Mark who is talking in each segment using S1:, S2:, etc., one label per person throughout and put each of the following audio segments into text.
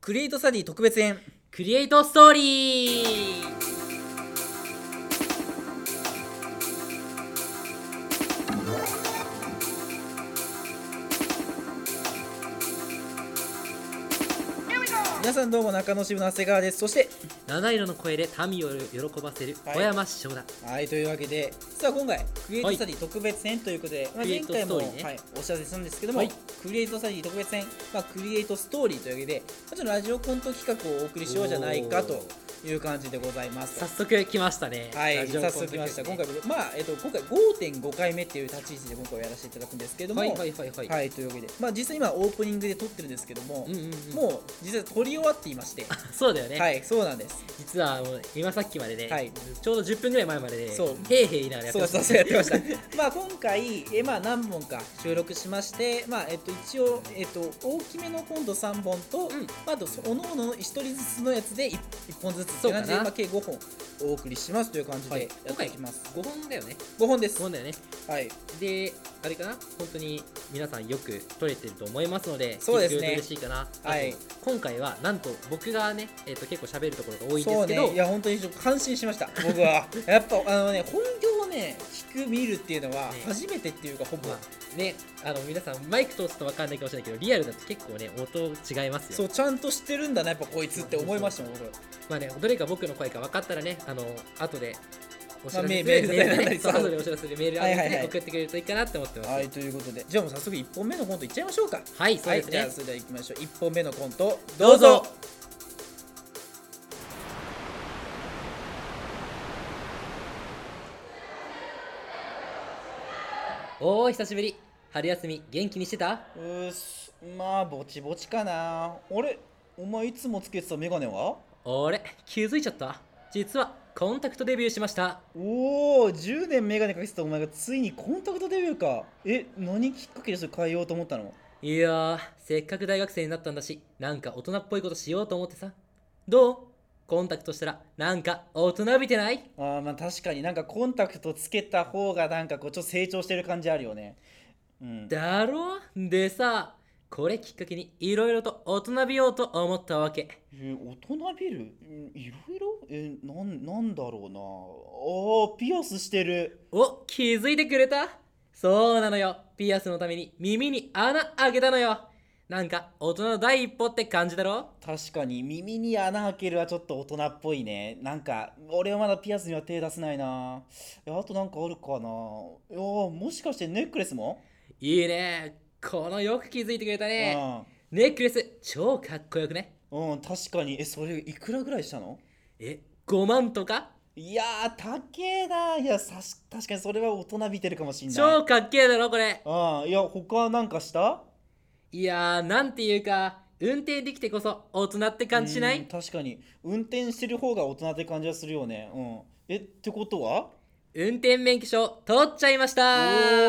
S1: クリエイトスタディ特別編
S2: クリエイトストーリー
S1: 皆さんどうも中野支部の長谷川ですそして
S2: 七色の声で民を喜ばせる
S1: はい
S2: 小山師匠だ、
S1: はいというわけで実は今回クリエイトスタディ特別編ということで、まあ、
S2: クリ
S1: 前
S2: エイト
S1: 回も、
S2: ストーリーね
S1: はい、お知らせしたんですけども、
S2: はい
S1: クリエイトスタディ特別編、まあ、クリエイトストーリーというわけで、まあ、ちょっとラジオコント企画をお送りしようじゃないかという感じでございます
S2: 早速来ましたね
S1: はい、
S2: ラジオ
S1: 早
S2: コン
S1: 速来
S2: ト
S1: ました。今
S2: 局
S1: 回、まあ、えっと、今回5.5回目っていう立ち位置で今回はやらせていただくんですけども、
S2: はいはいはいはい、
S1: はいというわけで、まあ、実際今オープニングで撮ってるんですけども
S2: うん、うんうん、
S1: もう実際撮り終わっていまして、
S2: そうだよね、
S1: はい、そうなんです。
S2: 実はもう今さっきまでね、
S1: はい
S2: ちょうど10分ぐらい前までね
S1: そう
S2: へいへい言いながらやって
S1: そう
S2: まし
S1: そ
S2: た
S1: うそうやってました。まあ、今回、え、まあ、何本か収録しまして、まあ、えっと、一応、えっと、大きめの今度3本と。
S2: うん
S1: まああと、おのおの一人ずつのやつで、一一本ずつっていう感じで、
S2: そうかな
S1: まあ、計5本。お送りしますという感じ
S2: はい
S1: で、やっていきます。
S2: 5本だよね
S1: 5本で
S2: 5
S1: す。
S2: 本だよね
S1: はい。
S2: であれかな本当に皆さんよく撮れてると思いますので
S1: そうですね
S2: 聞いてくれると嬉しいかな、
S1: はい
S2: あと今回はなんと僕がね、えっと結構喋るところが多いんで
S1: そう
S2: すけど
S1: ね、いや本当にちょっと感心しました僕は やっぱあのね本業をね聞く見るっていうのは
S2: ね
S1: 初めてっていうかほぼ、
S2: まあね、あの皆さんマイク通すと分かんないかもしれないけどリアルだと結構ね音違います
S1: そ
S2: よ
S1: うちゃんとしてるんだなやっぱこいつって思いましたもん僕
S2: まあねどれが僕の声か分かったらねあの後でお知らせす
S1: メ
S2: る
S1: ール
S2: メ
S1: メール
S2: ール
S1: メール
S2: ねそう
S1: そう
S2: 後でお知らせするメールあ
S1: はい
S2: る
S1: はいはい
S2: ので送ってくれるといいかなって思ってます
S1: は
S2: はいい、
S1: ということでじゃあもう早速1本目のコントいっちゃいましょうか
S2: そうですね、
S1: はい、じゃあそれではいきましょう1本目のコント
S2: どうぞおー久しぶり春休み元気にしてた
S1: うーすまあぼちぼちかなあれお前いつもつけてたメガネは
S2: 俺気づいちゃった実はコンタクトデビューしました
S1: おお10年メガネかけてたお前がついにコンタクトデビューかえ何きっかけでそれ変えようと思ったの
S2: いやーせっかく大学生になったんだしなんか大人っぽいことしようと思ってさどうコンタクトしたらなんか大人びてない
S1: あーまあ確かになんかコンタクトつけた方がなんかこうちょっと成長してる感じあるよね。うん、
S2: だろでさこれきっかけにいろいろと大人びようと思ったわけ
S1: えー大人ビルうんいろいろえーなんなんだろうなあーピアスしてる
S2: お気づいてくれたそうなのよピアスのために耳に穴開けたのよなんか大人の第一歩って感じだろ
S1: 確かに耳に穴開けるはちょっと大人っぽいねなんか俺はまだピアスには手出せないないやあとなんかあるかないやーもしかしてネックレスも、
S2: いいねこのよく気づいてくれたね
S1: うん
S2: ネックレス超かっこよくね
S1: うん、確かにえそれいくらぐらいしたの
S2: え5万とか
S1: いやー高えないやさし確かにそれは大人びてるかもしんない
S2: 超かっけえだろこれ
S1: ああいや他なんかした
S2: いやーなんていうか運転できてこそ大人って感じしな
S1: うん
S2: い
S1: 確かに運転してる方が大人って感じはするよねうんえってことは
S2: 運転免許証取っちゃいました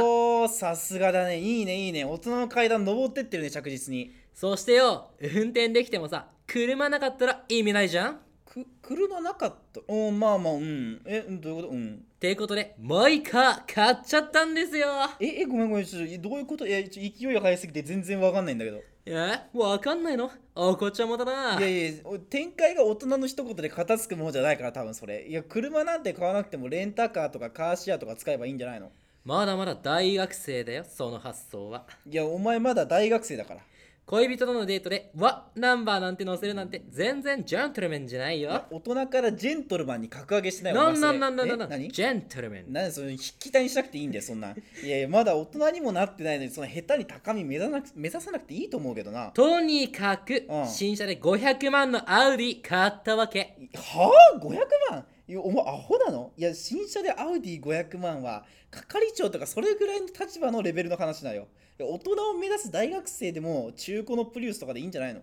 S1: おーさすがだねいいねいいね大人の階段登ってってるね着実に
S2: そしてよ運転できてもさ車なかったら意味ないじゃんっ
S1: く車なかったおーまあまあうんえどういうことうん
S2: てことでマイカー買っちゃったんですよ
S1: ええごめんごめんちょっとどういうことえちょ勢いが速すぎて全然わかんないんだけど
S2: えわかんないの赤ちゃまだない
S1: やいやお展開が大人の一言で片付くものじゃないから多分それいや車なんて買わなくてもレンタカーとかカーシェアとか使えばいいんじゃないの
S2: まだまだ大学生だよその発想はい
S1: やお前まだ大学生だから
S2: 恋人とのデートでわナンバーなんて載せるなんて全然ジェントルメンじゃないよ
S1: 大人からジェントルマンに格上げしてない
S2: な
S1: お
S2: ん
S1: 前
S2: な
S1: それ
S2: んなんなんな
S1: え
S2: んなん
S1: 何
S2: ジェントルメン
S1: 何その引き体にしなくていいんだよそんなんいやいやまだ大人にもなってないのにその下手に高み目指なく目指さなくていいと思うけどな
S2: とにかく
S1: うん
S2: 新車で500万のアウディ買ったわけ
S1: はあ500万いやお前アホなのいや新車でアウディ500万は係長とかそれぐらいの立場のレベルの話だよいや大人を目指す大学生でも中古のプリウスとかでいいんじゃないの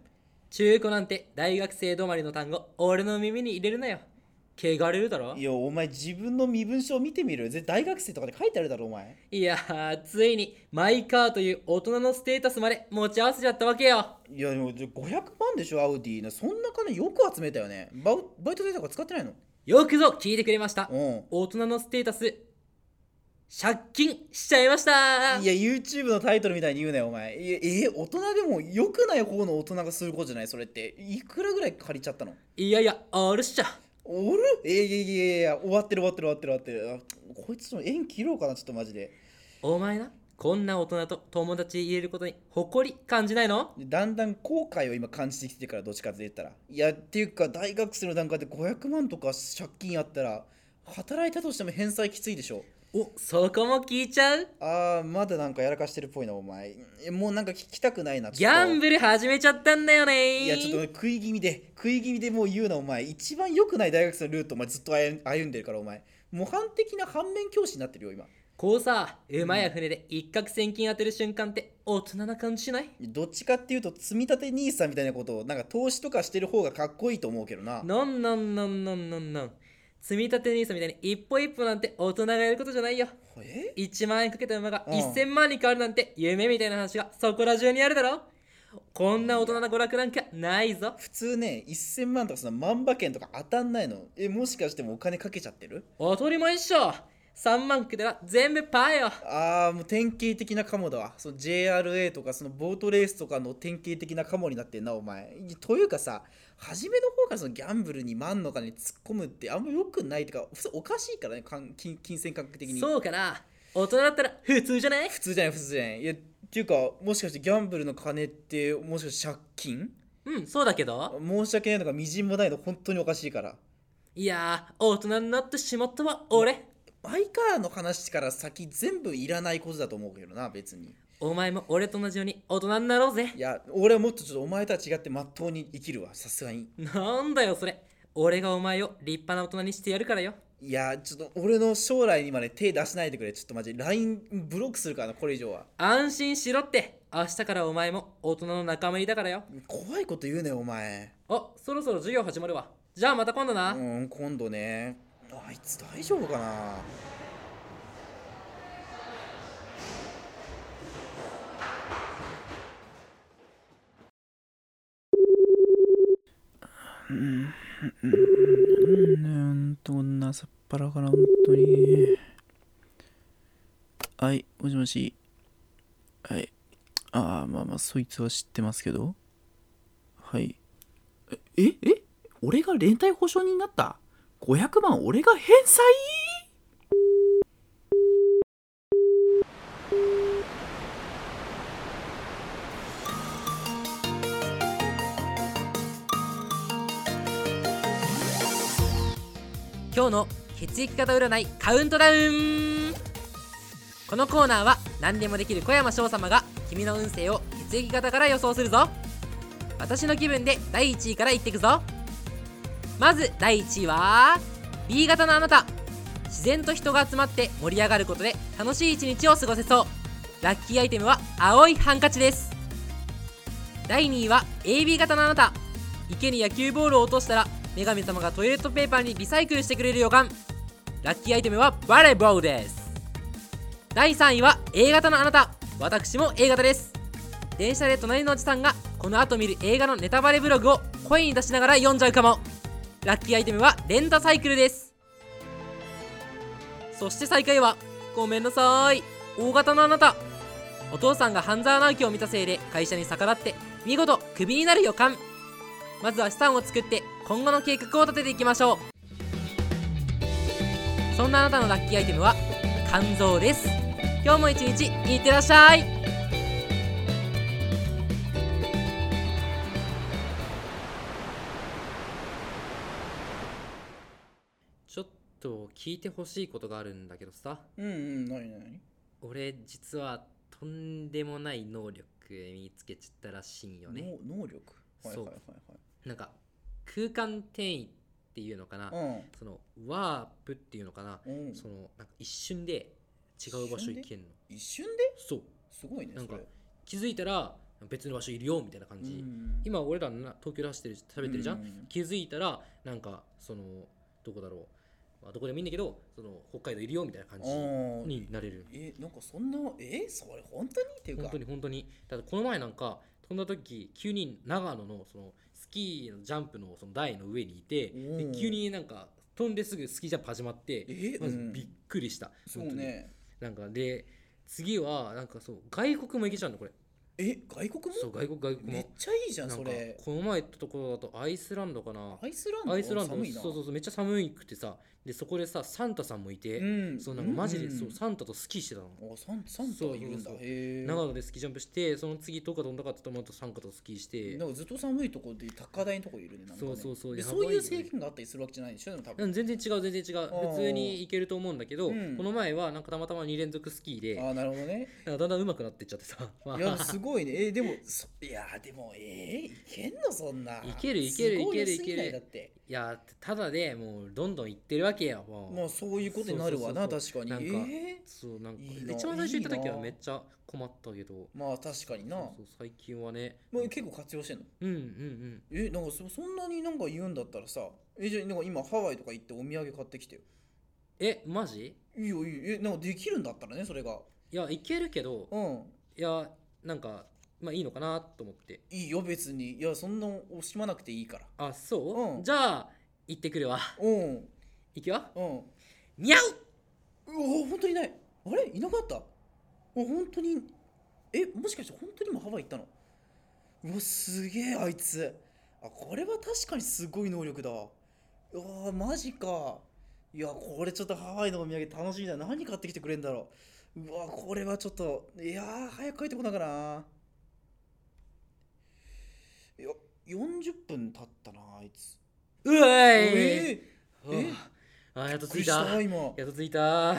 S2: 中古なんて大学生止まりの単語俺の耳に入れるなよ汚れるだろ
S1: いやお前自分の身分証見てみろよぜ大学生とかで書いてあるだろお前
S2: いやーついにマイカーという大人のステータスまで持ち合わせちゃったわけよ
S1: いやでも500万でしょアウディのそんな金よく集めたよねバウバイト代とか使ってないの
S2: よくぞ聞いてくれました
S1: うん
S2: 大人のステータス借金しちゃいました
S1: いや YouTube のタイトルみたいに言うなよお前いやえ大人でも良くない方の大人がすることじゃないそれっていくらぐらい借りちゃったの
S2: いやいやあるっしゃ
S1: おるえいやいやいやいや終わってる終わってる終わってる終わってるあこいつの縁切ろうかなちょっとマジで
S2: お前なこんな大人と友達言えることに誇り感じないの
S1: だんだん後悔を今感じてきてるからどっちかって言ったらいやっていうか大学生の段階で500万とか借金あったら働いたとしても返済きついでしょ
S2: おそこも聞いちゃう
S1: あーまだなんかやらかしてるっぽいなお前えもうなんか聞きたくないな
S2: ギャン
S1: ル
S2: ブル始めちゃったんだよね
S1: いやちょっと食い気味で食い気味でもう言うなお前一番良くない大学生のルートお前ずっと歩歩んでるからお前模範的な反面教師になってるよ今
S2: こうさ馬や船で一攫千金当てる瞬間って大人な感じしない
S1: どっちかっていうと積み立て n i s みたいなことをなんか投資とかしてる方がかっこいいと思うけどな
S2: なんなんなんなんなんなん積み立て NISA みたいに一歩一歩なんて大人がやることじゃないよ
S1: え
S2: 1万円かけた馬が
S1: うん
S2: 1000万に変わるなんて夢みたいな話がそこら中にあるだろこんな大人な娯楽なんかないぞ
S1: 普通ね1000万とかその万馬券とか当たんないのえもしかしてもうお金かけちゃってる
S2: 当たり前っしょ3万くけたら全部パーよ
S1: あーもう典型的なカモだわその JRA とかそのボートレースとかの典型的なカモになってんなお前というかさ初めの方からそのギャンブルに万の金突っ込むってあんま良くないとか普通おかしいからねかん金金銭感覚的に
S2: そうかな大人だったら普通じゃない
S1: 普通じゃない普通じゃないいやっていうかもしかしてギャンブルの金ってもしかして借金
S2: うんそうだけど
S1: 申し訳ないのがみじんもないの本当におかしいから
S2: いやー大人になってしまったわ俺
S1: マイカーの話から先全部いらないことだと思うけどな別に
S2: お前も俺と同じように大人になろうぜ
S1: いや俺はもっとちょっとお前とは違ってまっとうに生きるわさすがに
S2: なんだよそれ俺がお前を立派な大人にしてやるからよ
S1: いやちょっと俺の将来にまで手出しないでくれちょっとマジ LINE ブロックするからなこれ以上は
S2: 安心しろって明日からお前も大人の仲間入りだからよ
S1: 怖いこと言うねお前
S2: あそろそろ授業始まるわじゃあまた今度な、
S1: うん今度ねあいつ大丈夫かなうんどんなさっぱらから本当にはいもしもしはいああまあまあそいつは知ってますけどはいえええ俺が連帯保証人になった500万俺が返済
S2: 今日の血液型占いカウントダウンこのコーナーは何でもできる小山翔様が君の運勢を血液型から予想するぞ私の気分で第1位から言ってくぞまず第1位は B 型のあなた自然と人が集まって盛り上がることで楽しい一日を過ごせそうラッキーアイテムは青いハンカチです第2位は AB 型のあなた池に野球ボールを落としたら女神様がトイレットペーパーにリサイクルしてくれる予感ラッキーアイテムはバレーボールです第3位は A 型のあなた私も A 型です電車で隣のおじさんがこの後見る映画のネタバレブログを声に出しながら読んじゃうかもラッキーアイテムはレンタサイクルですそして最下位はごめんなさい O 型のあなたお父さんが半沢直樹を見たせいで会社に逆らって見事クビになる予感まずは資産を作って今後の計画を立てていきましょうそんなあなたのラッキーアイテムは肝臓です今日も一日いってらっしゃいちょっと聞いてほしいことがあるんだけどさ
S1: うんうん何何
S2: 俺実はとんでもない能力見つけちゃったらしいんよね
S1: 能能力はい
S2: そ
S1: は
S2: う
S1: いはい
S2: なんか空間転移っていうのかな、
S1: はい
S2: そのワープっていうのかな、
S1: うん、うん、
S2: そのなんか一瞬で違う場所行けんの
S1: 一瞬で
S2: そう
S1: すごいね
S2: なんか
S1: それ
S2: 気づいたら別の場所いるよみたいな感じ、
S1: うん
S2: 今俺らな東京で走ってる喋ってるじゃん、
S1: うう
S2: 気づいたらなんかそのどこだろう、まあ、どこでもいいんだけどその北海道いるよみたいな感じ
S1: うんあー
S2: になれる
S1: えなんかそんなえそれ本当にっていうか
S2: 本当に本当にだってこの前なんか飛んだ時急に長野のそのスキーのジャンプのその台の上にいてで
S1: うん
S2: 急になんか飛んですぐスキージャンプ始まって
S1: え
S2: まず
S1: うん
S2: びっくりした、
S1: そうね
S2: なんかで次はなんかそう外国も行けちゃうのこれ
S1: え外国
S2: そう
S1: も
S2: 外国外国
S1: めっ
S2: も
S1: ちゃいいじゃん
S2: なん
S1: そ
S2: か
S1: れ
S2: この前行ったところだとアイスランドかな
S1: アイスランド
S2: アイスランド
S1: 寒いな
S2: そうそうそうめっちゃ寒いくてさでそこでさサンタさんもいて、
S1: うん
S2: そうなんかマジで、
S1: んん
S2: そうサンタとスキーしてたの
S1: おサンサンタがいるんだ
S2: そうそうそう
S1: へえ
S2: 長野でスキージャンプしてその次どっか飛んだかってと思うとサンタとスキーして
S1: なんかずっと寒いとこで高台のとこいるねなんかね
S2: そうそうそう
S1: で
S2: やばい
S1: そ
S2: よ
S1: う
S2: ね
S1: いう制限があったりするわけじゃないでしょでも多
S2: う
S1: 分
S2: ん全然違う全然違う
S1: ー
S2: 普通に行けると思うんだけど、
S1: うん
S2: この前はなんかたまたま2連続スキーで
S1: ああなるほどね
S2: なんかだんだん上手くなってっちゃってさ、まあ
S1: いやすごいねえーでもそいやーでもえー、いけんのそんない
S2: けるいける
S1: すご
S2: いける
S1: 良すぎない
S2: ける
S1: だって
S2: いやただでもうどんどん行ってるわけよもう
S1: まあそういうことになるわな
S2: そうそうそう
S1: 確かに
S2: なんか
S1: え
S2: そうなんか
S1: いいな
S2: 一番最初行った時
S1: い
S2: はい
S1: な
S2: めっちゃ困ったけど
S1: ー、まあ確かにな
S2: そうそう最近はね
S1: まあ、結構活用してんの
S2: うんうんうん
S1: えなんかそそんなになんか言うんだったらさえじゃあなんか今ハワイとか行ってお土産買ってきてよ
S2: えマジ
S1: いいよいいよえなんかできるんだったらねそれが
S2: いや行けるけど
S1: うん
S2: いやなんかまあいいのかなと思って
S1: いいよ別にいやそんな惜しまなくていいから
S2: あそう、
S1: うん
S2: じゃあ行ってくるわ
S1: うん
S2: 行くよ
S1: うん
S2: にゃう
S1: うわ本当にいないあれいなかったあ本当にえもしかして本当に今ハワイ行ったのうわすげえあいつあこれは確かにすごい能力だわうわマジかいやこれちょっとハワイのお土産楽しみだ何買ってきてくれんだろううわこれはちょっといやー早く帰ってこなかないや40分経ったなあいつ
S2: うわい
S1: えー、え
S2: はああやっと
S1: びっく
S2: 着い
S1: りした
S2: たや
S1: 今あ
S2: っと着いた
S1: え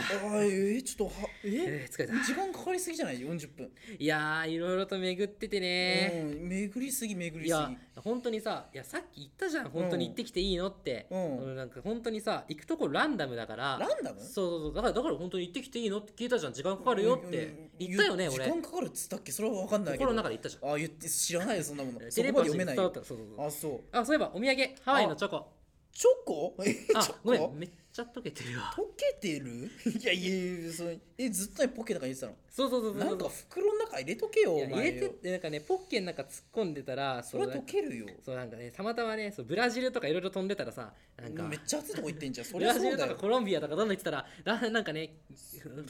S1: ー、ちょっとはえ
S2: えー疲れた
S1: 時間かかりすぎじゃない40分、
S2: いやーいろいろと巡っててね
S1: うん巡りすぎ巡
S2: い
S1: りす
S2: や本当にさいやさっき言ったじゃん本当に行ってきていいのって、
S1: うん
S2: 俺なんか本当にさ行くとこランダムだから
S1: ぎランダム
S2: そうそうそうだからだから本当に行ってきていいのって聞いたじゃん時間かかるよっ
S1: うんうん
S2: て言ったよね
S1: 言
S2: 俺
S1: 時間かかるっつったっけそれは分かんないけど
S2: 心の中で言ったじゃん
S1: あ言って知らないよそんなものそこ
S2: テレ
S1: ま
S2: パ
S1: で
S2: シー
S1: 読め
S2: に
S1: ない
S2: 伝わ
S1: よ
S2: ったそうそうそう
S1: あそう
S2: あそういえばお土産ハワイのチョコ
S1: チョコ え
S2: あ
S1: チョ
S2: ごめん
S1: コ
S2: めっちゃ溶けてるわ
S1: 溶けてる いやいやそれえずっとねポケとか入れてたの
S2: そうそうそうそう
S1: なんか袋の中入れとけよお
S2: いや
S1: 前
S2: 入れてっ
S1: よ
S2: てなんかねポッケの中突っ込んでたら
S1: そ
S2: そ
S1: れ
S2: う
S1: は
S2: なん
S1: 溶
S2: か
S1: けるよ
S2: そうなんかねたまたまねそうブラジルとかいろいろ飛んでたらさなんか
S1: めっちゃ熱いとこ行ってんじゃんそ
S2: ブ
S1: れは
S2: ラジ
S1: そう
S2: ルと
S1: だ
S2: か
S1: よ
S2: コロンビアとかどんどん行ってたらだなんかね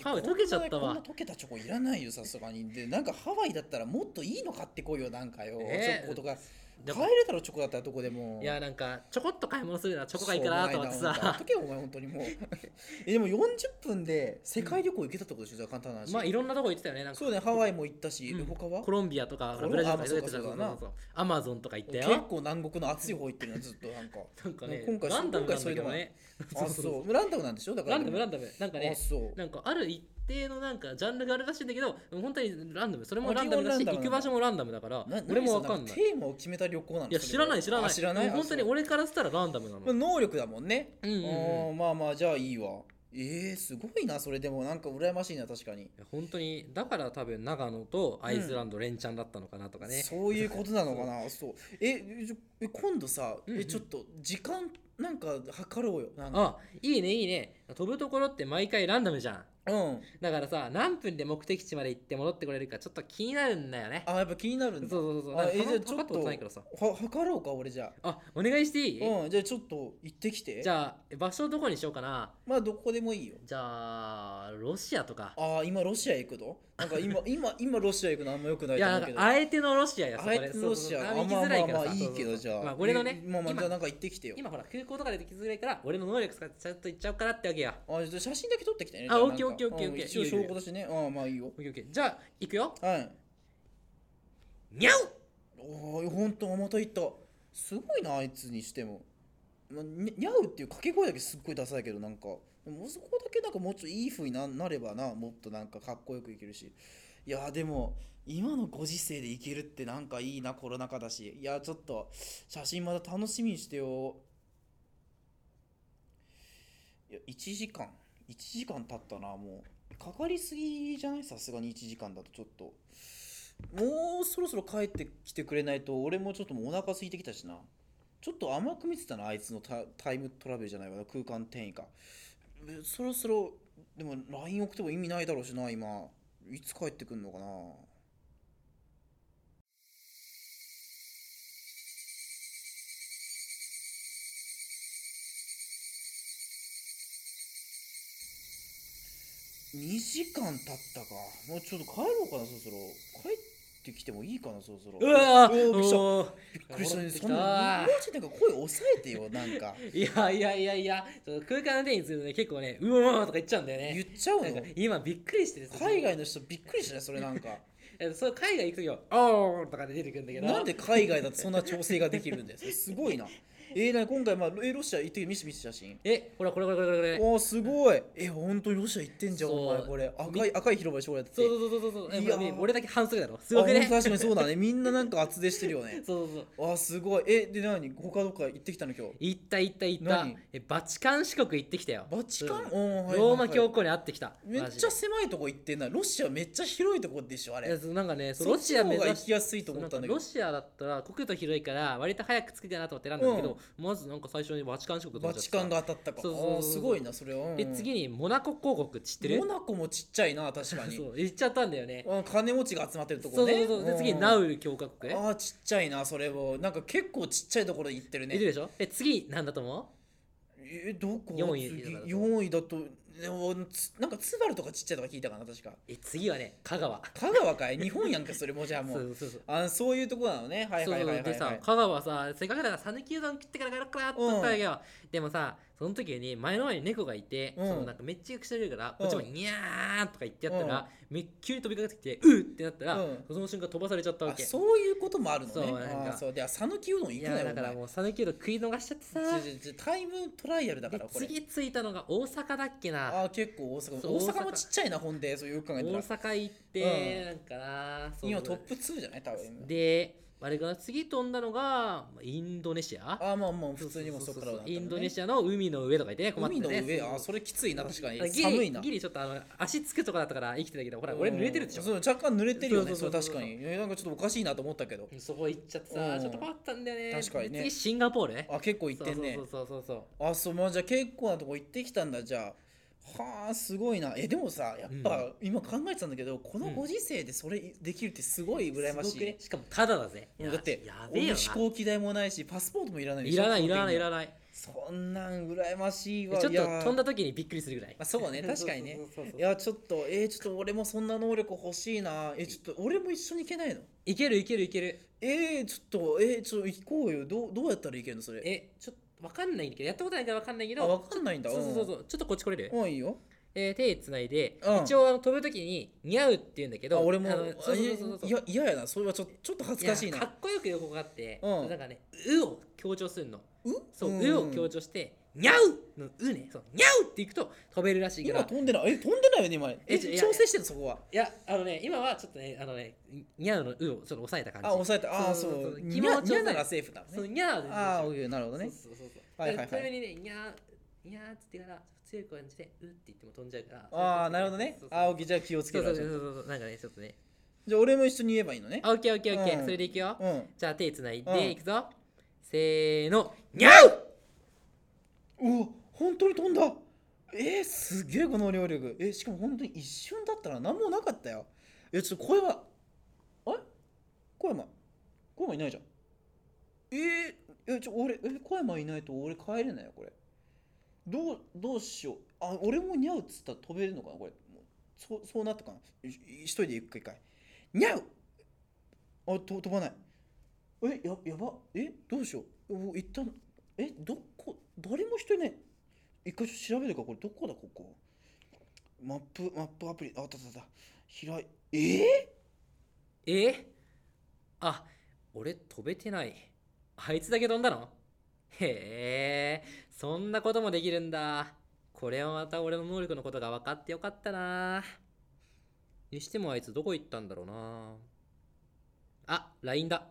S2: ハワイ溶けちゃった
S1: こん
S2: わ
S1: な溶けたチョコいらないよさすがにでなんかハワイだったらもっといいの買ってこいよなんかよ、
S2: ねえ
S1: チョコとか
S2: で
S1: 買
S2: も
S1: えるだろチョコだったらどこでも
S2: いやなんかちょこっと買い物するならチョコがいいかなと思ってさ
S1: とけよお前本当 にもうえでも40分で世界旅行行けたってことでしょ、簡単な話、
S2: まあいろんなとこ行ってたよねなんか
S1: そうねハワイも行ったし、
S2: うん
S1: 他は
S2: コロンビアとか
S1: コロン
S2: ブラジルとかいろいろやって
S1: あ
S2: たそ
S1: そうう
S2: そ
S1: だ
S2: うそうアマゾンとか行った
S1: 結
S2: よ
S1: 構南国の暑い方行ってるなずっとなん か
S2: なんかね
S1: 今回
S2: ランダムなんだけど
S1: 今回そういう
S2: ねそ
S1: あ
S2: うそうそう
S1: そうランダムなんでしょだから
S2: ランダムランダムなんかね
S1: あそう
S2: なんかある一定のなんかジャンルがあるらしいんだけど本当にランダムそれも
S1: あ
S2: ランダムだ
S1: 基
S2: し
S1: 本ランダムなん
S2: 行
S1: だ
S2: く場所もランダムだか
S1: な
S2: ら俺
S1: 何
S2: も
S1: そ
S2: わか
S1: か
S2: んない
S1: テーマを決めた旅行なの
S2: いや
S1: それ
S2: 知らない
S1: は
S2: 知らない
S1: あ知らない
S2: でも本当に
S1: あそう
S2: 俺からしたらランダムなの
S1: まあ能力だもんね
S2: うんうんうん
S1: あーまあまあじゃあいいわえー、すごいなそれでもなんか羨ましいな確かに、
S2: 本当にだから多分長野とアイスランド連チャンだったのかなとかね
S1: そういうことなのか なそうえじゃえ今度さ、
S2: うんう
S1: え
S2: ん
S1: ちょっと時間なんか測ろうよなんか
S2: あいいねいいね飛ぶところって毎回ランダムじゃん
S1: うん
S2: だからさ何分で目的地まで行って戻ってこれるかちょっと気になるんだよね
S1: あやっぱ気になるん
S2: そ
S1: だ
S2: うそうそう
S1: あ
S2: なんか
S1: えじゃあ
S2: 測った
S1: ちょ
S2: こ
S1: っ
S2: と
S1: と
S2: ないからさ
S1: は測ろうか俺じゃ
S2: あお願いしていい、
S1: あうんじゃあちょっと行ってきて
S2: じゃあ場所どこにしようかな
S1: まあどこでもいいよ
S2: じゃあロシアとか
S1: ああ今ロシア行くのなんか 今今今ロシア行くのあんまよくない
S2: い
S1: と
S2: や
S1: 思
S2: な
S1: うんけ
S2: か
S1: ど
S2: あえてのロシアや
S1: あえてロシア
S2: あ
S1: あまあ
S2: 行き
S1: まあ
S2: づらいから
S1: まあ
S2: さ
S1: い
S2: そう
S1: い
S2: そう
S1: け
S2: そう
S1: どじゃあ
S2: まあ俺のね
S1: えまあまあ
S2: 今
S1: じゃあなんか行ってきてよ
S2: 今ほら空港とかで行きづらいから俺の能力使ってちゃんと行っちゃおうかなってわけや
S1: あじゃあ写真だけ撮ってきてね
S2: あ
S1: じゃ
S2: オ
S1: なんか
S2: ッケーオッケーオッケーオッケー
S1: うん一応
S2: いいよいいよ
S1: 証拠だしねああまあいいよ
S2: オッケーオッケーじゃあ行くよ
S1: はい
S2: にゃう
S1: おおほんとまた行ったすごいなあいつにしても、まあ、ににゃうっていう掛け声だけすっごいダサいけどなんかでもそこだけなんかもうちょっといい風にななればなもっとなんかかっこよくいけるしいやーでも今のご時世でいけるってなんかいいなコロナ禍だしいやーちょっと写真また楽しみにしてよいや1時間1時間経ったなもうかかりすぎじゃないさすがに1時間だとちょっともうそろそろ帰ってきてくれないと俺もちょっともうお腹空いてきたしなちょっと甘く見てたなあいつのタタイムトラベルじゃないわ空間転移かえそろそろでも LINE 送っても意味ないだろうしな今いつ帰ってくんのかな2時間経ったかもうちょっと帰ろうかなそろそろ帰ってきてもいいかなそろそろ
S2: うわ
S1: おー
S2: ー
S1: びっくりした
S2: おー
S1: びっくりしたね
S2: 戻ってき
S1: そ
S2: た
S1: んなもうちょっとなんか声抑えてよなん か
S2: いやいやいやいやちょっと空間の手にするとね結構ねうわーとか言っちゃうんだよ
S1: 言
S2: ね
S1: っちゃう
S2: なんか
S1: の
S2: 今びっくりしてる
S1: 海外の人びっくりしないそれなんか
S2: えそう海外行く時は「おー」とかで出てくるんだけど
S1: なんで海外だとそんな調整ができるんですすご いなえー、なに今回、まあ、えロシア行ってる見せて見せて写真
S2: えほらこれこれこれこれこれ
S1: おーすごいえ本当にロシア行ってんじゃん
S2: そう
S1: お前これ赤い赤い広場で将来やってて
S2: そうそうそうそうそうえ
S1: いや
S2: ほら見俺だけ反則だろすごく
S1: あ
S2: ね
S1: 本当
S2: そう
S1: 確かにそうだねみんななんか厚手してるよね
S2: そうそう
S1: あーすごいえで何他どっか行ってきたの今日
S2: 行った行った行った
S1: 何
S2: えバチカン四国行ってきたよ
S1: バチカン
S2: う
S1: お
S2: ん
S1: ーはいはいはい
S2: ローマ教皇に会ってきた
S1: めっ
S2: マジ
S1: ち
S2: で
S1: ゃ狭いとこ行ってんなロシアめっちゃ広いとこでしょあ
S2: いや
S1: れ
S2: そうなんかねそう
S1: そ
S2: ロ
S1: っち
S2: シア
S1: の方
S2: 目
S1: が
S2: 指
S1: 行
S2: し
S1: きやすいと思ったんだけど
S2: ロシアだったら国土広いから割と早く着きたいなと思って選んだんだけど、まずなんか最初にバチカン四国
S1: バチカンが当たったか
S2: そうそうそうそう
S1: あーすごいなそれは、うん
S2: で次にモナコ公国知ってる
S1: モナコもちっちゃいな確かに
S2: そう行っちゃったんだよね
S1: あ金持ちが集まってると
S2: そ
S1: こ
S2: うそ
S1: ね
S2: うそうで次に
S1: ん
S2: ナウル共和国
S1: ああちっちゃいなそれもなんか結構ちっちゃいところ行ってる
S2: いる
S1: ね
S2: でしょで次なんだと思
S1: えどこ
S2: 四位
S1: 次
S2: だからそう
S1: 四位だとでもつなんかツバルとかちっちゃいとか聞いたかな確か
S2: うえ次はね香川
S1: 香川かい日本やんかそれもじゃあ
S2: そ
S1: もう
S2: うそうそう
S1: あそういうとこなのねはい
S2: そう
S1: はい
S2: そう
S1: はいはい、
S2: で
S1: は
S2: さ
S1: い、
S2: 香川させっかくだから讃岐うどん食ってから帰ろうかなって思ったわけよ、でもさその時に前の前に猫がいて、
S1: うん
S2: そのなんかめっちゃよくしてるから、
S1: うん
S2: こっちもにゃーとか言ってやったら、めっ急に飛びかかってきてうっってなったら、
S1: うん
S2: その瞬間飛ばされちゃったわ
S1: あ
S2: け
S1: そういうこともあるのね
S2: そうなんか
S1: あそうでは讃岐うどん
S2: い
S1: 行く
S2: や
S1: なよ
S2: だから
S1: お
S2: もう讃岐うどん食い逃しちゃってさ
S1: 前ちょちょちょタイムトライアルだか
S2: で
S1: らこれ
S2: 次着いたのが大阪だっけな
S1: あー結構大阪
S2: そ
S1: 大
S2: う大阪
S1: 阪もちっちゃいなほんでそうよく考
S2: 大
S1: えたら
S2: 阪行って、なんかなそう
S1: 今トップ2じゃない多分
S2: であれかな次飛んだのがまあインドネシア
S1: ああまあまあ普通にもうそこからだったのね
S2: インドネシアの海の上とか言ってね困ったね
S1: 海の上
S2: そう
S1: あーそれきついな確かに
S2: ギリ
S1: 寒いな
S2: ギリちょっとあの足つくとこだったから生きてたけどほら俺濡れてるでしょ
S1: そう若干濡れてるよねそ
S2: そう
S1: れ
S2: そ
S1: 確
S2: うそうそう
S1: かにえなんかちょっとおかしいなと思ったけど
S2: うんそこ行っちゃって
S1: う
S2: さ
S1: ん
S2: ちょっと困ったんだよね
S1: 確かにね
S2: 次シンガポール
S1: あ結構行ってんね
S2: そうそうそうそう
S1: あそうまあじゃあ結構なとこ行ってきたんだじゃあはあすごいなえでもさやっぱ今考えてたんだけど、このご時世でそれできるってすごい
S2: そう
S1: 羨まし
S2: す
S1: い
S2: ごくねしかもタダだぜ
S1: もうだって
S2: ややべえ
S1: 俺
S2: よ
S1: 飛行機代もないしパスポートもいらないで
S2: ない
S1: しょ
S2: らないいらないい
S1: 基
S2: ら
S1: 本
S2: な
S1: 的
S2: い
S1: にそんなん羨ましい
S2: ち
S1: わ
S2: ょっと
S1: いや
S2: 飛んだ時にびっくりするぐらい
S1: まあ、そう ね確かにね
S2: そうそうそうそう
S1: いやちょっとえー、ちょっと俺もそんな能力欲しいなえちょっと俺も一緒に行けないの
S2: いけるいけるいける
S1: えー、ちょっとえー、ちょっと行こうよどうどうやったらいけるのそれ
S2: えちょっとわかんないけどやったことないからわかんないけ
S1: あ
S2: ど
S1: わかんないんだ
S2: そうそうそうそううちょっとこっち来れる
S1: んうんいいよ
S2: えー手つないで、
S1: うん
S2: 一応あの飛ぶときに似合うって言うんだけ
S1: あ
S2: ど
S1: 俺も
S2: あのそうそうそうそ
S1: い
S2: う
S1: や嫌やなそれはちょちょっと恥ずかしい
S2: やか
S1: な
S2: っこよく横があって、
S1: うん
S2: なんかね「う」を強調するの
S1: う
S2: そう
S1: ん
S2: 「う」を強調して「にゃう」の「う」ねそう「にゃう」っていくと飛べるらしいか
S1: 今
S2: ら
S1: 飛んでないえ飛んでないよね今え
S2: えちょいや
S1: 調整してるそこはい
S2: やあのね今はちょっとねあのね「にゃう」の「う」をちょっと抑えた感じ
S1: あ抑えたああーそ
S2: そうそう
S1: う
S2: そう
S1: に
S2: 気持
S1: ゃ
S2: ちを抑え
S1: にゃならセーフだ
S2: そう
S1: ね
S2: にゃうで
S1: ああ
S2: そう
S1: OK なるほどね
S2: そうそうそう
S1: はいはいはい
S2: ちなみにね「にゃう」「にゃう」って言ってから強い感じで「う」って言っても飛んじゃうから
S1: ああなるほどね
S2: そうそうそう
S1: あー OK じゃあ気をつけ
S2: そうそ
S1: ろじゃ
S2: うそう
S1: あ
S2: そうそうなんかねちょっとね
S1: じゃあ俺も一緒に言えばいいのね
S2: あオッケーオッケーオッケー、
S1: うん
S2: それでいくよ、
S1: うん
S2: じゃあ手つないで、
S1: うん
S2: いくぞせーのにゃう
S1: うわ本当に飛んだえー、すげえこの能力えーしかも本当に一瞬だったら何もなかったよえちょっと小山あれ小山小山いないじゃんえー、えちょ俺え小山いないと俺帰れないよこれどうどうしようあ俺もにゃうっつったら飛べるのかなこれもうそうそうなったかない一人で行くか一回にゃうあと飛ばないえややばえどうしようお一旦えどこ誰も人いない一回ちょっと調べるかこれどこだここマップマップアプリああったあったあった開いえ
S2: えー、あ俺飛べてないあいつだけ飛んだのへえそんなこともできるんだこれはまた俺の能力のことが分かってよかったなにしてもあいつどこ行ったんだろうなあ LINE だ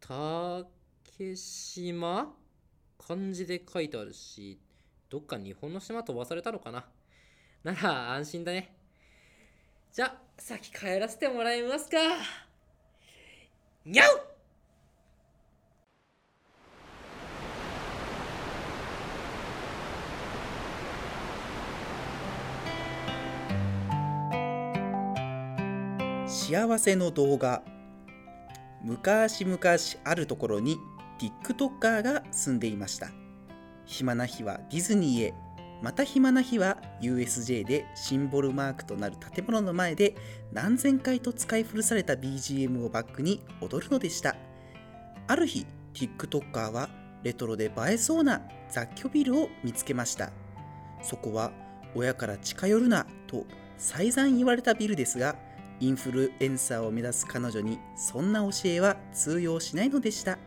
S2: 竹島漢字で書いてあるしどっか日本の島飛ばされたのかななら安心だねじゃあ、先帰らせてもらいますか。にゃう
S1: 幸せの動画昔々あるところに TikToker が住んでいました暇な日はディズニーへまた暇な日は USJ でシンボルマークとなる建物の前で何千回と使い古された BGM をバックに踊るのでしたある日 TikToker はレトロで映えそうな雑居ビルを見つけましたそこは親から近寄るなと再三言われたビルですがインフルエンサーを目指す彼女にそんな教えは通用しないのでした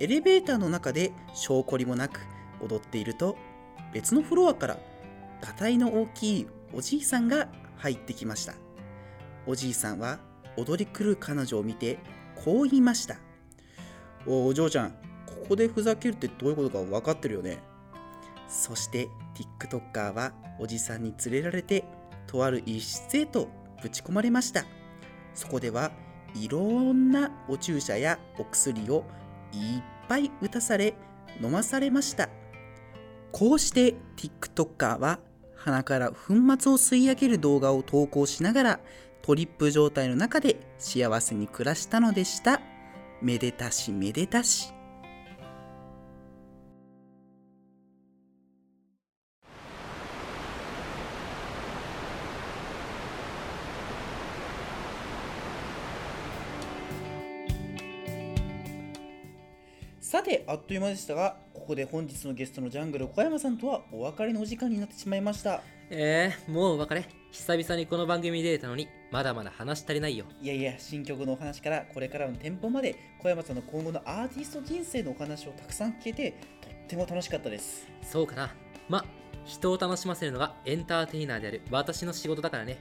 S1: エレベーターの中で証拠りもなく踊っていると別のフロアからがたいの大きいおじいさんが入ってきましたおじいさんは踊り狂う彼女を見てこう言いましたおお嬢ちゃんここでふざけるってどういうことか分かってるよねそして TikToker はおじさんに連れられてとある一室へとぶち込まれましたそこではいろんなお注射やお薬をいっぱい打たされ飲まされましたこうして TikToker は鼻から粉末を吸い上げる動画を投稿しながらトリップ状態の中で幸せに暮らしたのでしためでたしめでたしさてあっという間でしたがここで本日のゲストのジャングル小山さんとはお別れのお時間になってしまいました
S2: えー、もうお別れ久々にこの番組出れたのにまだまだ話足りないよ
S1: いやいや新曲のお話からこれからの展望まで小山さんの今後のアーティスト人生のお話をたくさん聞けてとっても楽しかったです
S2: そうかなま人を楽しませるのがエンターテイナーである私の仕事だからね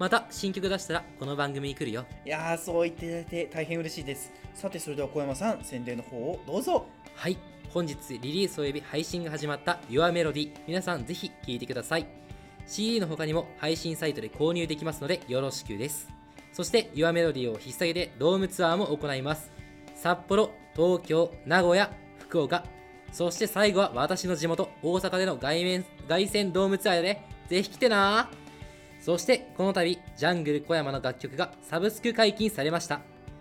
S2: また新曲出したらこの番組に来るよ
S1: いやーそう言っていただいて大変嬉しいですさてそれでは小山さん宣伝の方をどうぞ
S2: はい本日リリースおよび配信が始まった「YourMelody」皆さんぜひ聴いてください CD の他にも配信サイトで購入できますのでよろしくですそして「YourMelody」を引っ提げてドームツアーも行います札幌東京名古屋福岡そして最後は私の地元大阪での外面凱旋ドームツアーでぜひ来てなそしてこの度ジャングル小山の楽曲がサブスク解禁されました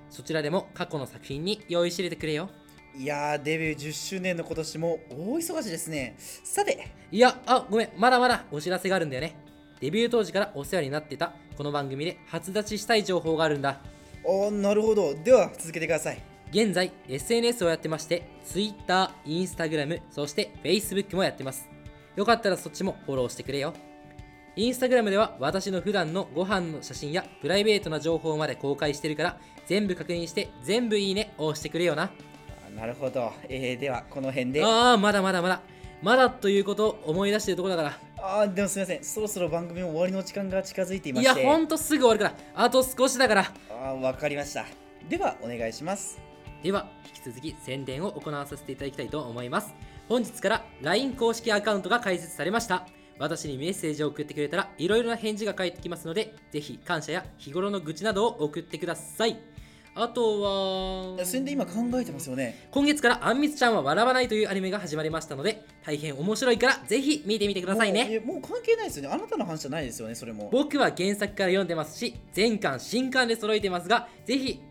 S2: そちらでも過去の作品に用意し入れてくれよ
S1: いやーデビュー10周年の今年も大忙しですねさて
S2: いや、あ、ごめん、まだまだお知らせがあるんだよね。デビュー当時からお世話になってたこの番組で初立ちしたい情報があるんだ。
S1: おーなるほどでは続けてください
S2: 現在、SNS をやってまして、Twitter、Instagram、そして Facebook もやってます。よかったらそっちもフォローしてくれよ。Instagram では私の普段のご飯の写真やプライベートな情報まで公開してるから、全部確認して、全部いいねを押してくれよな。
S1: あなるほど、えー、ではこの辺であ
S2: ああ、まだまだまだ。まだということを思い出してるところだから。
S1: あーでもすみませんそろそろ番組も終わりの時間が近づいていま
S2: い
S1: し
S2: や、
S1: て
S2: ほんとすぐ終わるから。あと少しだから。
S1: あーわかりましたではお願いします
S2: では引き続き宣伝を行わさせていただきたいと思います本日から LINE 公式アカウントが開設されました私にメッセージを送ってくれたらいろいろな返事が返ってきますのでぜひ感謝や日頃の愚痴などを送ってくださいあとは
S1: それで今考えてますよね
S2: 今月からあんみつちゃんは笑わないというアニメが始まりましたので大変面白いからぜひ見てみてくださいね
S1: もうえもう関係ないですよねあなたの話じゃないですよねそれも
S2: 僕は原作から読んでますし全巻新巻で揃えてますがぜひ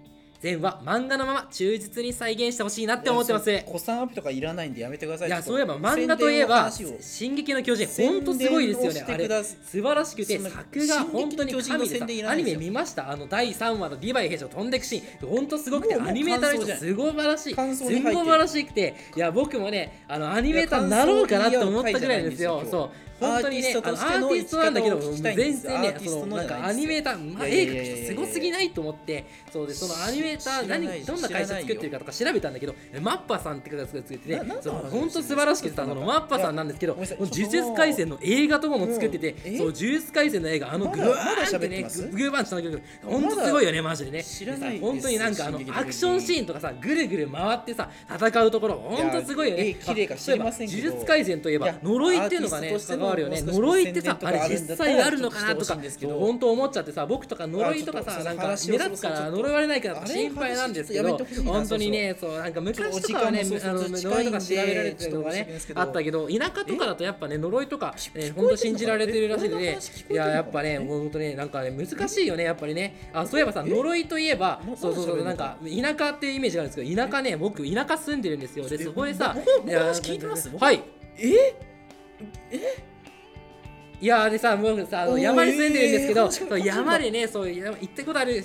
S2: 全話漫画のまま忠実に再現してほしいなって思ってます
S1: いやそう子さんアピとかいらないんでやめてください
S2: い
S1: ち
S2: や
S1: ょっと
S2: そういえば漫画といえば
S1: 宣伝の
S2: 「
S1: 話を
S2: 進撃の巨人」
S1: 宣伝
S2: ほんとすごいですよね
S1: をして
S2: あ
S1: く
S2: れ
S1: ださ
S2: 素晴らしくて
S1: その
S2: 作画本当に神
S1: 進撃の巨人の宣伝い
S2: で
S1: ら
S2: さア
S1: ない
S2: ニ
S1: です
S2: メ
S1: よ
S2: 見ましたあの第3話の「リヴァイ兵長飛んでくシーンほんとすごくて
S1: もうもう
S2: アニメーターの
S1: 感想じ
S2: 人
S1: ゃん
S2: すごばらしい
S1: 感
S2: す
S1: 想に入ってる
S2: ごばらしくていや僕もねあのアニメーターになろうかなと思ったぐらいなんですよ
S1: いや感想
S2: そう
S1: を
S2: 本当にね
S1: アーティスト
S2: あの
S1: としての
S2: アーティストなんだけど
S1: 生き方を聞きたいんで
S2: 全
S1: す
S2: 然
S1: ア
S2: ね
S1: ーティ
S2: そ
S1: スト
S2: の
S1: のじ
S2: な
S1: ゃないんですよ
S2: んかアニメーターまあ
S1: いや
S2: 映
S1: いやいやいや
S2: 画としてすごすぎないと思ってそうでそのアニメーター
S1: 知らない
S2: 何どんな会社作ってるかとか調べたんだけどマッパさんって方が作ってて
S1: ななんの
S2: そう
S1: 話
S2: 本当素晴らしくてさ
S1: ち
S2: あ
S1: ょっと
S2: の
S1: なんか
S2: マッパさんなんですけど
S1: いやごめんなさい
S2: もう呪
S1: ちょっと
S2: 術廻戦の映画とかも作ってて
S1: うんえ
S2: そう呪術廻戦の映画あの
S1: ま
S2: グ
S1: だ
S2: ワーンっ
S1: まだ
S2: て
S1: 喋って
S2: ね
S1: ます
S2: ググーバーンしたの曲本当すごいよねマジでね
S1: 知らないです
S2: でさ本当になんかあの
S1: 進撃の巨人
S2: アクションシーンとかさぐるぐる回ってさ戦うところ本当すごいよ
S1: いや
S2: ね
S1: 絵綺麗か知りませんけど
S2: あそういえば呪術廻戦といえ
S1: い
S2: ば
S1: や
S2: 呪いっていうのが
S1: アーテ
S2: ね
S1: ィストとして
S2: 関
S1: の
S2: わるよね
S1: もう少し
S2: 呪いってさ
S1: 宣伝とか
S2: あ
S1: あ
S2: れ
S1: るんだ
S2: 実
S1: ったら
S2: 際あるのかなと
S1: ちょっとしてほしい
S2: か
S1: んですけど
S2: 本当思っちゃってさ僕とか呪いとか
S1: あちょ
S2: さ
S1: っと
S2: な
S1: その
S2: んか
S1: 話を
S2: 目立つ
S1: そろ
S2: か
S1: そ
S2: ら
S1: ろ
S2: 呪われないからとか
S1: あれ
S2: 心配なんですけ
S1: 話ちょ
S2: ど
S1: っとやめてほしいな
S2: 本当にねそうなんか昔とかはね
S1: ちょっとお時間
S2: あ
S1: も
S2: の
S1: そうそう
S2: 呪いとか調べられてたりとか
S1: 近いんでちょっと申し訳ない
S2: ね
S1: ですけど
S2: あったけど田舎とかだとやっぱね呪いとか
S1: え
S2: え本当信じられてるらしいの
S1: 俺の
S2: で
S1: 話聞こえて
S2: い
S1: るの
S2: ややっぱね本当ねなんかね難しいよねやっぱりねあそういえばさ呪いといえば
S1: な
S2: そうそうそう
S1: な
S2: なんん
S1: で
S2: か田舎っていうイメージがあるんですけど田舎ね僕田舎住んでるんですよで
S1: え
S2: そこでさ
S1: 僕僕
S2: いや
S1: 話聞いてます
S2: はい
S1: ええ
S2: いやーでさもうさあ
S1: お
S2: の
S1: ー
S2: 山に住んでるんです
S1: え
S2: け
S1: ー
S2: ど、
S1: 話が変わっちゃうんだ
S2: そう山でねそう山行ったことある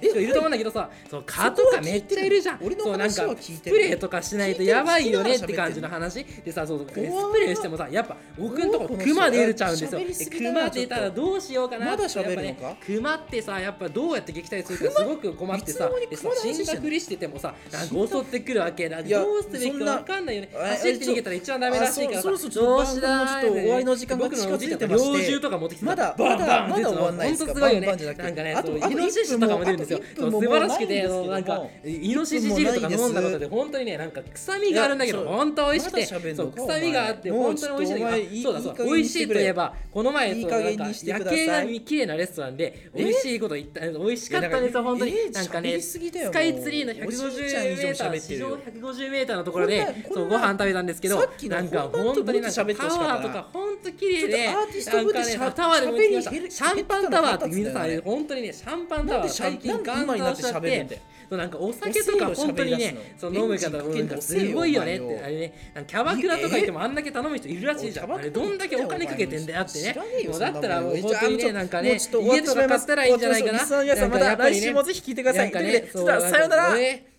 S1: え
S2: 人いると思うんだけどさそう蚊とかめっちゃいるじゃん
S1: 俺の
S2: そうなん
S1: 話
S2: か
S1: は
S2: ス
S1: 聞いて
S2: プ
S1: る
S2: レーとかしないとやばいよねって感じの話でさそうスプ
S1: る
S2: レーしてもさやっぱ僕んとこ
S1: 怖い
S2: クマ出ちゃうんです
S1: 喋
S2: よ
S1: り
S2: です
S1: ぎだな
S2: 熊出たらどうしようかな
S1: まだ
S2: ってやっ
S1: 喋
S2: ぱ
S1: るの
S2: ね
S1: か
S2: クマってさやっぱどうやって撃退するかすごく困ってさ
S1: いつの間に
S2: でさ
S1: 熊の話
S2: 死んだふりしててもさなんか襲ってくるわけだ
S1: いや
S2: どうすべき
S1: そん
S2: か
S1: な
S2: わかんないよね
S1: あ
S2: 走って逃げたら一番ダメらしいからさ
S1: あそうそうそう
S2: どうしだー
S1: ちょっと終わりの時間が
S2: 僕の
S1: 近づいてまして
S2: 猟銃とか持ってきてさ
S1: まだ
S2: バンバン
S1: まだまだ終わんない
S2: っ
S1: で
S2: て
S1: すか
S2: やつ本
S1: バンバン
S2: 当すごいよね
S1: じゃなくて
S2: なんかね
S1: あと
S2: そう
S1: あと
S2: イノシシとかも出るんで
S1: 一
S2: すよそう
S1: 分も
S2: 素晴らしくて
S1: あと一分も
S2: そうなん
S1: も
S2: か
S1: うないんですけど
S2: イノシシ汁とか飲んだこと
S1: 一分もない
S2: で
S1: です
S2: 本当にねなんか臭みがあるんだけ
S1: い
S2: ど
S1: やそう
S2: 本当美味しくて
S1: まだ喋んの
S2: そう
S1: かお
S2: 臭
S1: 前
S2: みがあって
S1: もう
S2: 本当に美味しいんだ
S1: ちょっとお前
S2: け
S1: いい
S2: どあそうだそう
S1: いい加減にして
S2: 美味し
S1: く
S2: いと
S1: れ
S2: いえばこの前
S1: いい
S2: そうなん
S1: 加減
S2: か
S1: にして
S2: 夜
S1: ください
S2: 景が綺麗なレストランで美味しいこと言った美味しかったんですよ本当になんかね
S1: ス
S2: スカイツリーの150メーター、地上150メーターのところで、そうご飯食べたんですけど
S1: さっ、きの
S2: なんか
S1: こんな
S2: 本当になん
S1: と
S2: か
S1: こで喋って
S2: タ
S1: ほしか
S2: ワ
S1: っ
S2: ー
S1: た
S2: と
S1: な
S2: か本当綺
S1: ちょ
S2: 麗で、
S1: っとアーティスト
S2: なん
S1: ぶり
S2: か
S1: で
S2: ね、
S1: しゃ
S2: タワーでも言ってました。シ
S1: 喋
S2: ャ
S1: り減
S2: ンパンタワーって
S1: 減
S2: 皆
S1: った
S2: さ
S1: んだ
S2: ん
S1: ね
S2: 本当にね、シャンパンタ
S1: なん
S2: ワー
S1: でしゃ
S2: 最近ガン
S1: 今に
S2: ガ
S1: な
S2: ン
S1: って
S2: しちゃっ
S1: 喋るんだ
S2: て
S1: よ。
S2: そうなんかお酒とか本当にね、そ
S1: 遅いよ喋り出すの
S2: う飲む方もなんかすごいよねっ
S1: 遅い
S2: て
S1: よ
S2: あれね、なんかキャバクラとか行ってもあんだけ頼む人いるらしいじゃん。
S1: お
S2: あ
S1: いキャバク
S2: れ
S1: ラ
S2: どんだけお金かけてんだよってね
S1: 知らねえ。よ
S2: もうだったらもう
S1: そん
S2: 本
S1: なもんあ
S2: 当に
S1: も
S2: ね
S1: う
S2: なんか
S1: も
S2: ね、
S1: うちょっと終わっ
S2: 家
S1: て
S2: と
S1: しま
S2: か
S1: いま
S2: 買っ
S1: す
S2: たらいいんじゃないか
S1: リ
S2: な。
S1: スナーの皆さんまた
S2: なんかやっぱり
S1: 来
S2: ね
S1: 週もぜひ聞いてください。
S2: なんか
S1: と
S2: ね
S1: いうことでそれでは
S2: そう
S1: さようなら。え
S2: え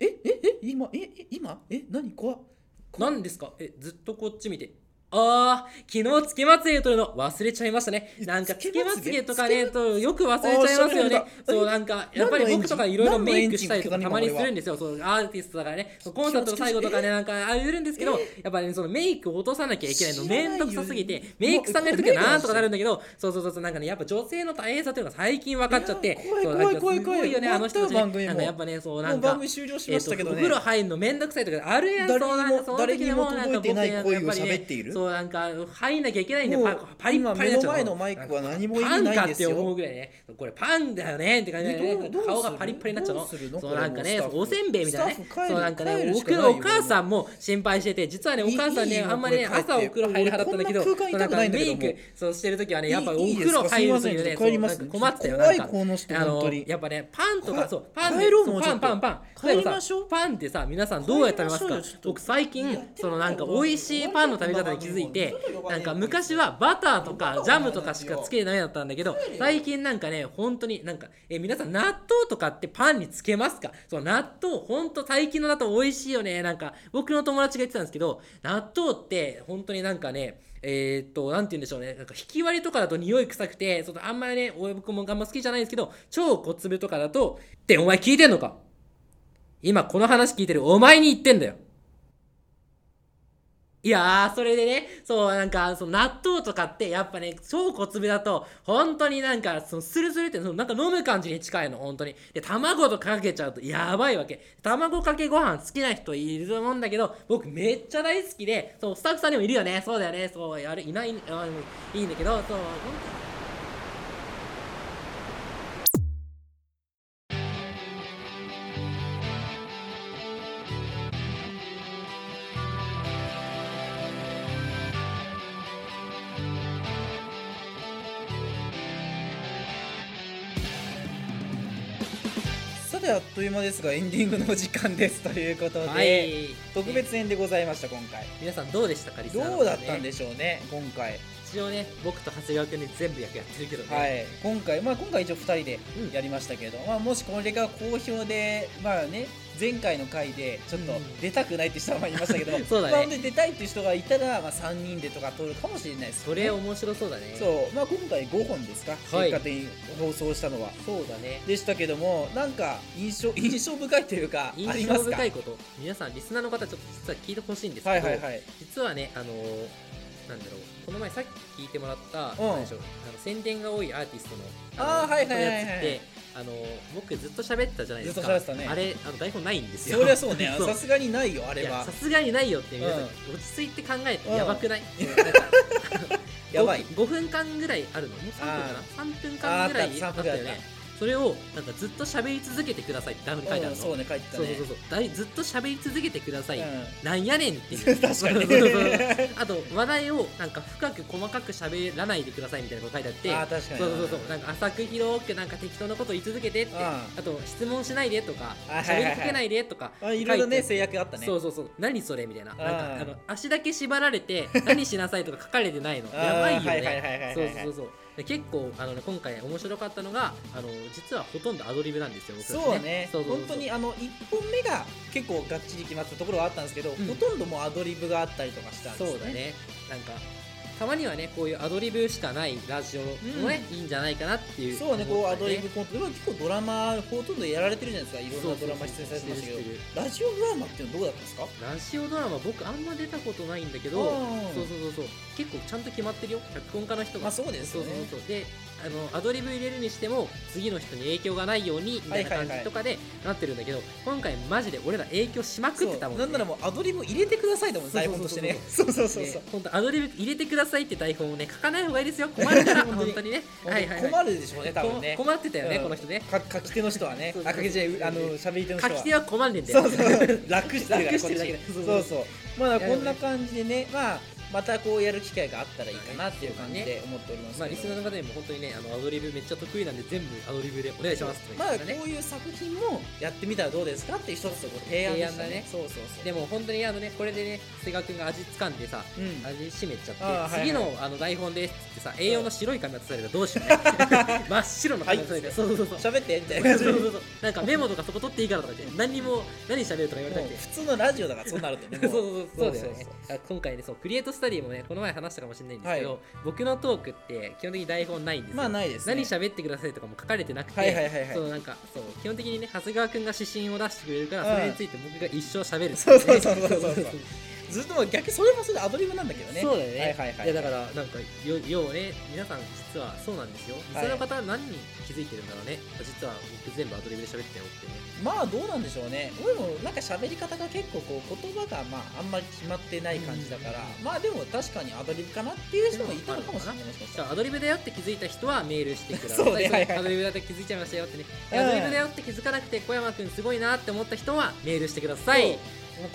S1: ええ今ええ今え何怖っ
S2: 何ですかえずっとこっち見てあー昨日つけまつげ取るの忘れちゃいましたねなんかつ
S1: つ
S2: け
S1: け
S2: ま
S1: ま
S2: つ
S1: つげ
S2: げとかねとよく忘れちゃいます
S1: あー喋る
S2: よ
S1: ん
S2: ね
S1: だ
S2: そう
S1: え
S2: なんかやっぱり僕とかいろいろ
S1: 何の
S2: メ
S1: エ
S2: イ
S1: ンジン
S2: クしたりとか
S1: 何
S2: た
S1: の
S2: ま
S1: エン
S2: に
S1: ジン
S2: するんですよそうアーティストだからねそうコンサートの
S1: 気持
S2: 最
S1: ち
S2: 後
S1: 悪い
S2: とかねなんかあれるんですけどやっぱりそのメイク落とさなきゃいけないの
S1: 知らないよ
S2: めんどくさすぎてメイクさんがいる時はなんとかなるんだけどそうそうそうそうなんかねやっぱ女性の大変さというのが最近分かっちゃっ
S1: い
S2: て
S1: や怖い
S2: そうなんか
S1: 怖い怖い怖い
S2: すごいよねあの人たちね
S1: 終わったよ番組も
S2: なんかやっぱねそうな
S1: もうん
S2: か
S1: 番組終了し
S2: え
S1: ま
S2: っ
S1: したけ
S2: と
S1: ど
S2: お
S1: ね。
S2: 風呂入るのめんどくさいとかあるやん
S1: 誰にも
S2: そうなんかその時でも
S1: 誰
S2: なん
S1: に
S2: か
S1: も届
S2: 僕
S1: いてない
S2: やっ
S1: 声を
S2: ぱりね
S1: 喋っている
S2: そうなんか入んなきゃいけないんで
S1: もう
S2: パパリッパリにな
S1: 今目の
S2: っちゃう
S1: 前のマイクは何も意味ないんですよ
S2: パンかって思うぐらいねこれパンだよねって感じでね
S1: どうどうする
S2: 顔がパリッパリになっちゃうの
S1: どうするの
S2: そうなんかね
S1: これもうスタッフ
S2: おせんべいみたいなね
S1: スタッフ帰る
S2: そうなんか
S1: 帰
S2: ね
S1: るしか
S2: 僕
S1: ないよ
S2: のお母さんも心配してて実はねお
S1: いい
S2: 母さん
S1: いい
S2: ね
S1: よ
S2: あんまりね
S1: これ帰って
S2: 朝お風呂入る派だったんだけど
S1: 俺こんな空間にた
S2: そうないん
S1: く
S2: か
S1: ないんだけ
S2: メ
S1: ど
S2: イクそうしてる時はねやっぱお
S1: いいいい
S2: 風呂
S1: ですか
S2: 入る
S1: す
S2: 時
S1: いませんち
S2: ね
S1: ょっと帰りま
S2: そうなん
S1: す
S2: か困ったよ
S1: ちょっと怖い
S2: なんか
S1: この人
S2: あの
S1: 本当に
S2: やっぱねパンとか
S1: 帰
S2: そうパンって
S1: 帰ろうもうちょ
S2: パン
S1: っと
S2: パンパン
S1: 帰りましょう
S2: 例えばさパンってさ皆さんどうやって食べます
S1: 帰りましょう
S2: か
S1: よちょっと
S2: 僕最近そのなんか美味しいパンの食べ方に気づいてなんか昔はバターとかジャムとかしかつけてダメだったんだけど最近なんかね本当になんかえ皆さん納豆とかってパンにつけますかそう納豆本当最近の納豆美味しいよねなんか僕の友達が言ってたんですけど納豆って本当になんかねえーっと、なんて言うんでしょうね。なんか、引き割りとかだと匂い臭くて、そのあんまりね、お僕もあんま好きじゃないんですけど、超小粒とかだと、って、お前聞いてんのか今この話聞いてるお前に言ってんだよ。いやー、それでね、そう、なんか、その納豆とかって、やっぱね、超小粒だと、本当になんか、そのスルスルって、そのなんか飲む感じに近いの、本当に。で、卵とかけちゃうと、やばいわけ。卵かけご飯好きな人いると思うんだけど、僕めっちゃ大好きで、そう、スタッフさんにもいるよね、そうだよね、そう、やる、いない、あいいんだけど、そう、本当に
S1: さてあっという間ですがエンディングの時間ですということで、
S2: はい。
S1: 特別編でございました今回
S2: 皆さんどうでしたか、リスナーの
S1: どう
S2: 方ね
S1: だったんでしょうね今回
S2: 一応ね、僕と長谷川君で全部役やってるけどね。
S1: はい今回まあ今回一応2人で
S2: うん
S1: やりましたけれど、まあ、もしこれが好評でまあね前回の回でちょっと
S2: うん
S1: 出たくないって人はまあ言いましたけど
S2: そうだね
S1: まあ本当に出たいっていう人がいたら、まあ、3人でとか通るかもしれないです
S2: それ面白そうだね。
S1: そう、まあ、今回5本ですか、
S2: はい
S1: 結果的に放送したのは
S2: そうだね。
S1: でしたけどもなんか印象 印象深いというかあり
S2: 印
S1: ま
S2: 象
S1: すか
S2: 深いこと、皆さん、リスナーの方、ちょっと実は聞いてほしいんですけど、
S1: はいはいはい
S2: 実はね、あのーなんだろう、この前さっき聞いてもらった、
S1: うん
S2: なんでしょうあの宣伝が多いアーティストの
S1: あー
S2: の
S1: はいはいはいはい
S2: やつって、あのー僕ずっと喋ってたじゃないですか。
S1: ずっと喋ってたね
S2: あれ、あの台本ないんですよ。
S1: そりゃそうね
S2: そう
S1: さすがにないよあ
S2: い
S1: れ
S2: や
S1: は
S2: さすがにないよって皆さん、
S1: うん
S2: 落ち着いて考えて
S1: うん
S2: やば くない、
S1: やばい
S2: 5分間ぐらいあるのもう3分かな3分間ぐらい
S1: あーあ
S2: あ
S1: っ
S2: っ
S1: 3分
S2: たたよ
S1: ぐらいあ
S2: ね
S1: っ
S2: それをなんかずっと喋り続けてくださいってダウンに書いてあるの
S1: そうね書いてた
S2: そう
S1: ね
S2: そうそうそうだいずっと喋り続けてください、
S1: うん
S2: なんやねんっていう
S1: 確かに
S2: そうそうそう あと話題をなんか深く細かく喋らないでくださいみたいなこと書いてあって
S1: あー確かに
S2: そうそうそうそうなんか浅く広くなんか適当なこと言い続けてって
S1: うん
S2: あと質問しないでとか
S1: あはいはい
S2: 喋
S1: は
S2: り
S1: い
S2: かけないでとか
S1: あいろいろ
S2: 書
S1: ね
S2: て
S1: 制約があったね
S2: そうそうそう何それみたいななん
S1: あ
S2: か
S1: ー
S2: あの足だけ縛られて何しなさいとか書かれてないの
S1: あー
S2: やばいよ
S1: はいはいはいはいは
S2: ね
S1: い
S2: そうそうそうそうで結構あの、ね、今回面白かったのがあの実はほとんどアドリブなんですよ僕たち
S1: そうね
S2: そうそうそう
S1: 本当にあの1本目が結構がっちり決まったところはあったんですけど、
S2: ん
S1: ほとんどもうアドリブがあったりとかしたんですね
S2: そうだねなんかたまにはねこういうアドリブしかないラジオもね、いいんじゃないかなっていう
S1: そうねこうアドリブコ
S2: 思っ
S1: ントでも結構ドラマほとんどやられてるじゃないですかいろんな
S2: そうそうそう
S1: ドラマ出演されてましたけど
S2: してるし
S1: ラジオドラマっていうのどうだったんですか
S2: たねラジオドラマ僕あんま出たことないんだけど
S1: うん
S2: そうそうそうそう結構ちゃんと決まってるよ脚本家の人が、
S1: まあそうです
S2: そう
S1: よ
S2: そ
S1: ね
S2: うそうであのアドリブ入れるにしても次の人に影響がないようにみたいな
S1: はいは
S2: 感
S1: いは
S2: じ
S1: い
S2: とかでなってるんだけど、今回マジで俺ら影響しまくってたもんね
S1: そうなんならもうアドリブ入れてくださいだもん
S2: そう
S1: 台
S2: そう
S1: 本
S2: そ
S1: とし
S2: うそう
S1: てねそうそうそうそう
S2: ね本当アドリブ入れてくださいって台本をね書かない方がいいですよ困るから 本
S1: 本
S2: 当
S1: 当
S2: にね
S1: 本当に困るでしょうね多分ね
S2: こ困ってたよね、
S1: うん
S2: この人ね
S1: か書き手の人はね
S2: そうそう
S1: あ書き手じゃないあの喋り手の
S2: 書
S1: 人
S2: き
S1: は
S2: 手は困んねんだ
S1: そ
S2: よ
S1: うそう 楽してるから
S2: 楽してるだけ
S1: こっち
S2: そうそ
S1: そううそうまあこんな感じでねまあまたこうやる機会があったらいいかなっていう感じで思っております
S2: まあ
S1: け
S2: リ
S1: ど
S2: スナーの方にも本当にねあのアドリブめっちゃ得意なんで全部アドリブでお願いしますって言
S1: まあ
S2: って
S1: こ
S2: た
S1: う
S2: ね
S1: いう作品もやってみたらどうですかっていう一つのご提案でしたね
S2: 提
S1: そうそうそう
S2: でも本当にあのねこれでね瀬川君が味掴んでさ
S1: うん
S2: 味しめちゃって、
S1: あーはいはい
S2: 次のあの台本ですってってさ栄養の白い紙渡されたらどうしようね 真っ白の紙渡されたら、
S1: はい
S2: そうそうそう
S1: 喋ってみたいな
S2: そう
S1: 感じ
S2: そう
S1: で
S2: そうそうなんかメモとかそこ取っていいからとか言って何にも何喋るとか言われた
S1: も
S2: っ
S1: う
S2: て
S1: 普通のラジオだからそうなるとね
S2: そ
S1: も
S2: うそう
S1: う
S2: そうそうだよ
S1: そう
S2: ね
S1: そう
S2: あ今回ねそうクリエイトスタディもねこの前話したかもしれないんですけど、僕のトークって基本的に台本ないんですよ、
S1: まあないですね
S2: 何喋ってくださいとかも書かれてなくて、
S1: はいはいはいはい
S2: そうなんかそう基本的にね長谷川くんが指針を出してくれるから、それについて僕が一生喋るっていね
S1: そうそうそうそうそうそうずっともう逆にそれもそれでアドリブなんだけどね
S2: そうだよね、
S1: はいはいはい
S2: やだからなんかよ要はね皆さん実はそうなんですよ
S1: はい
S2: その方は何に気づいてるんだろうね実は僕全部アドリブで喋ってたよってね
S1: まあどうなんでしょうね俺もなんか喋り方が結構こう言葉がまああんまり決まってない感じだから、まあでも確かにアドリブかなっていう人もいたのかもしれないもしかし
S2: じ
S1: た
S2: ゃ
S1: ら
S2: あアドリブだよって気づいた人はメールしてください
S1: そうねはいはい
S2: アドリブだって気づいちゃいましたよってね、
S1: うん
S2: アドリブだよって気づかなくて小山くんすごいなって思った人はメールしてください、
S1: そう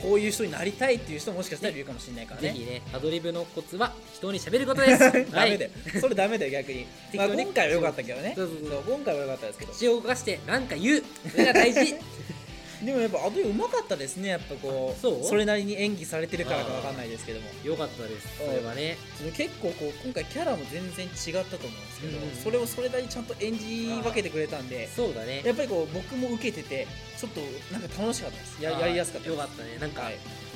S1: こういう人になりたいっていう人ももしかしたらいるかもしれないから
S2: ぜ
S1: ね
S2: ひねアドリブのコツは人に喋ることです
S1: ダメだ
S2: で
S1: よ、 それダメだよ逆に、
S2: 適
S1: ま
S2: 当
S1: あ、
S2: に
S1: 今回は良かったけどね
S2: そうそうそう
S1: そう今回は良かったですけど
S2: 口を動かしてなんか言うそれが大 事
S1: でもやっぱアドリブうまかったですねやっぱこ
S2: あ
S1: う
S2: そう
S1: れなりに演技されてるからかわかんないですけども
S2: よかったですそれはね
S1: その結構こう今回キャラも全然違ったと思うんですけど、
S2: うんうん
S1: それをそれなりにちゃんと演じ分けてくれたんで
S2: そうだね
S1: やっぱりこう僕も受けててちょっとなんか楽しかったですややりやすかった
S2: あ
S1: で
S2: ー
S1: す
S2: よかったねなんか、
S1: はい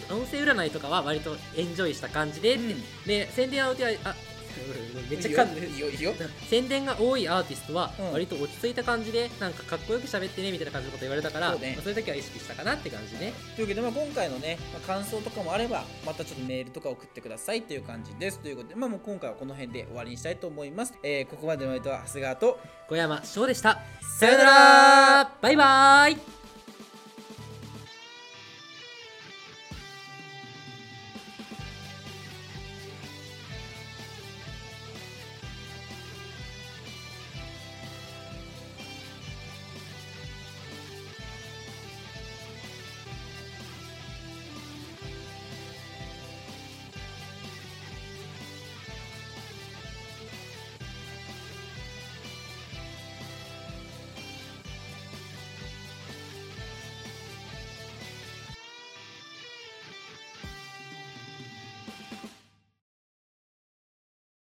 S2: 音声占いとかは割とエンジョイした感じで、
S1: うん
S2: で宣伝はあ めっちゃ噛んでる
S1: いいよいいよいいよ
S2: 宣伝が多いアーティストは
S1: うん
S2: 割と落ち着いた感じでなんかかっこよく喋ってねみたいな感じのこと言われたから
S1: そうね
S2: まあそういう時は意識したかなって感じね
S1: というわけで、まあ、今回のね、まあ、感想とかもあればまたちょっとメールとか送ってくださいという感じですということで、まあ、もう今回はこの辺で終わりにしたいと思います、えーここまでの相手は長谷川と
S2: 小山翔でしたさ
S1: よ
S2: よな
S1: な
S2: ら
S1: ら
S2: バイバーイ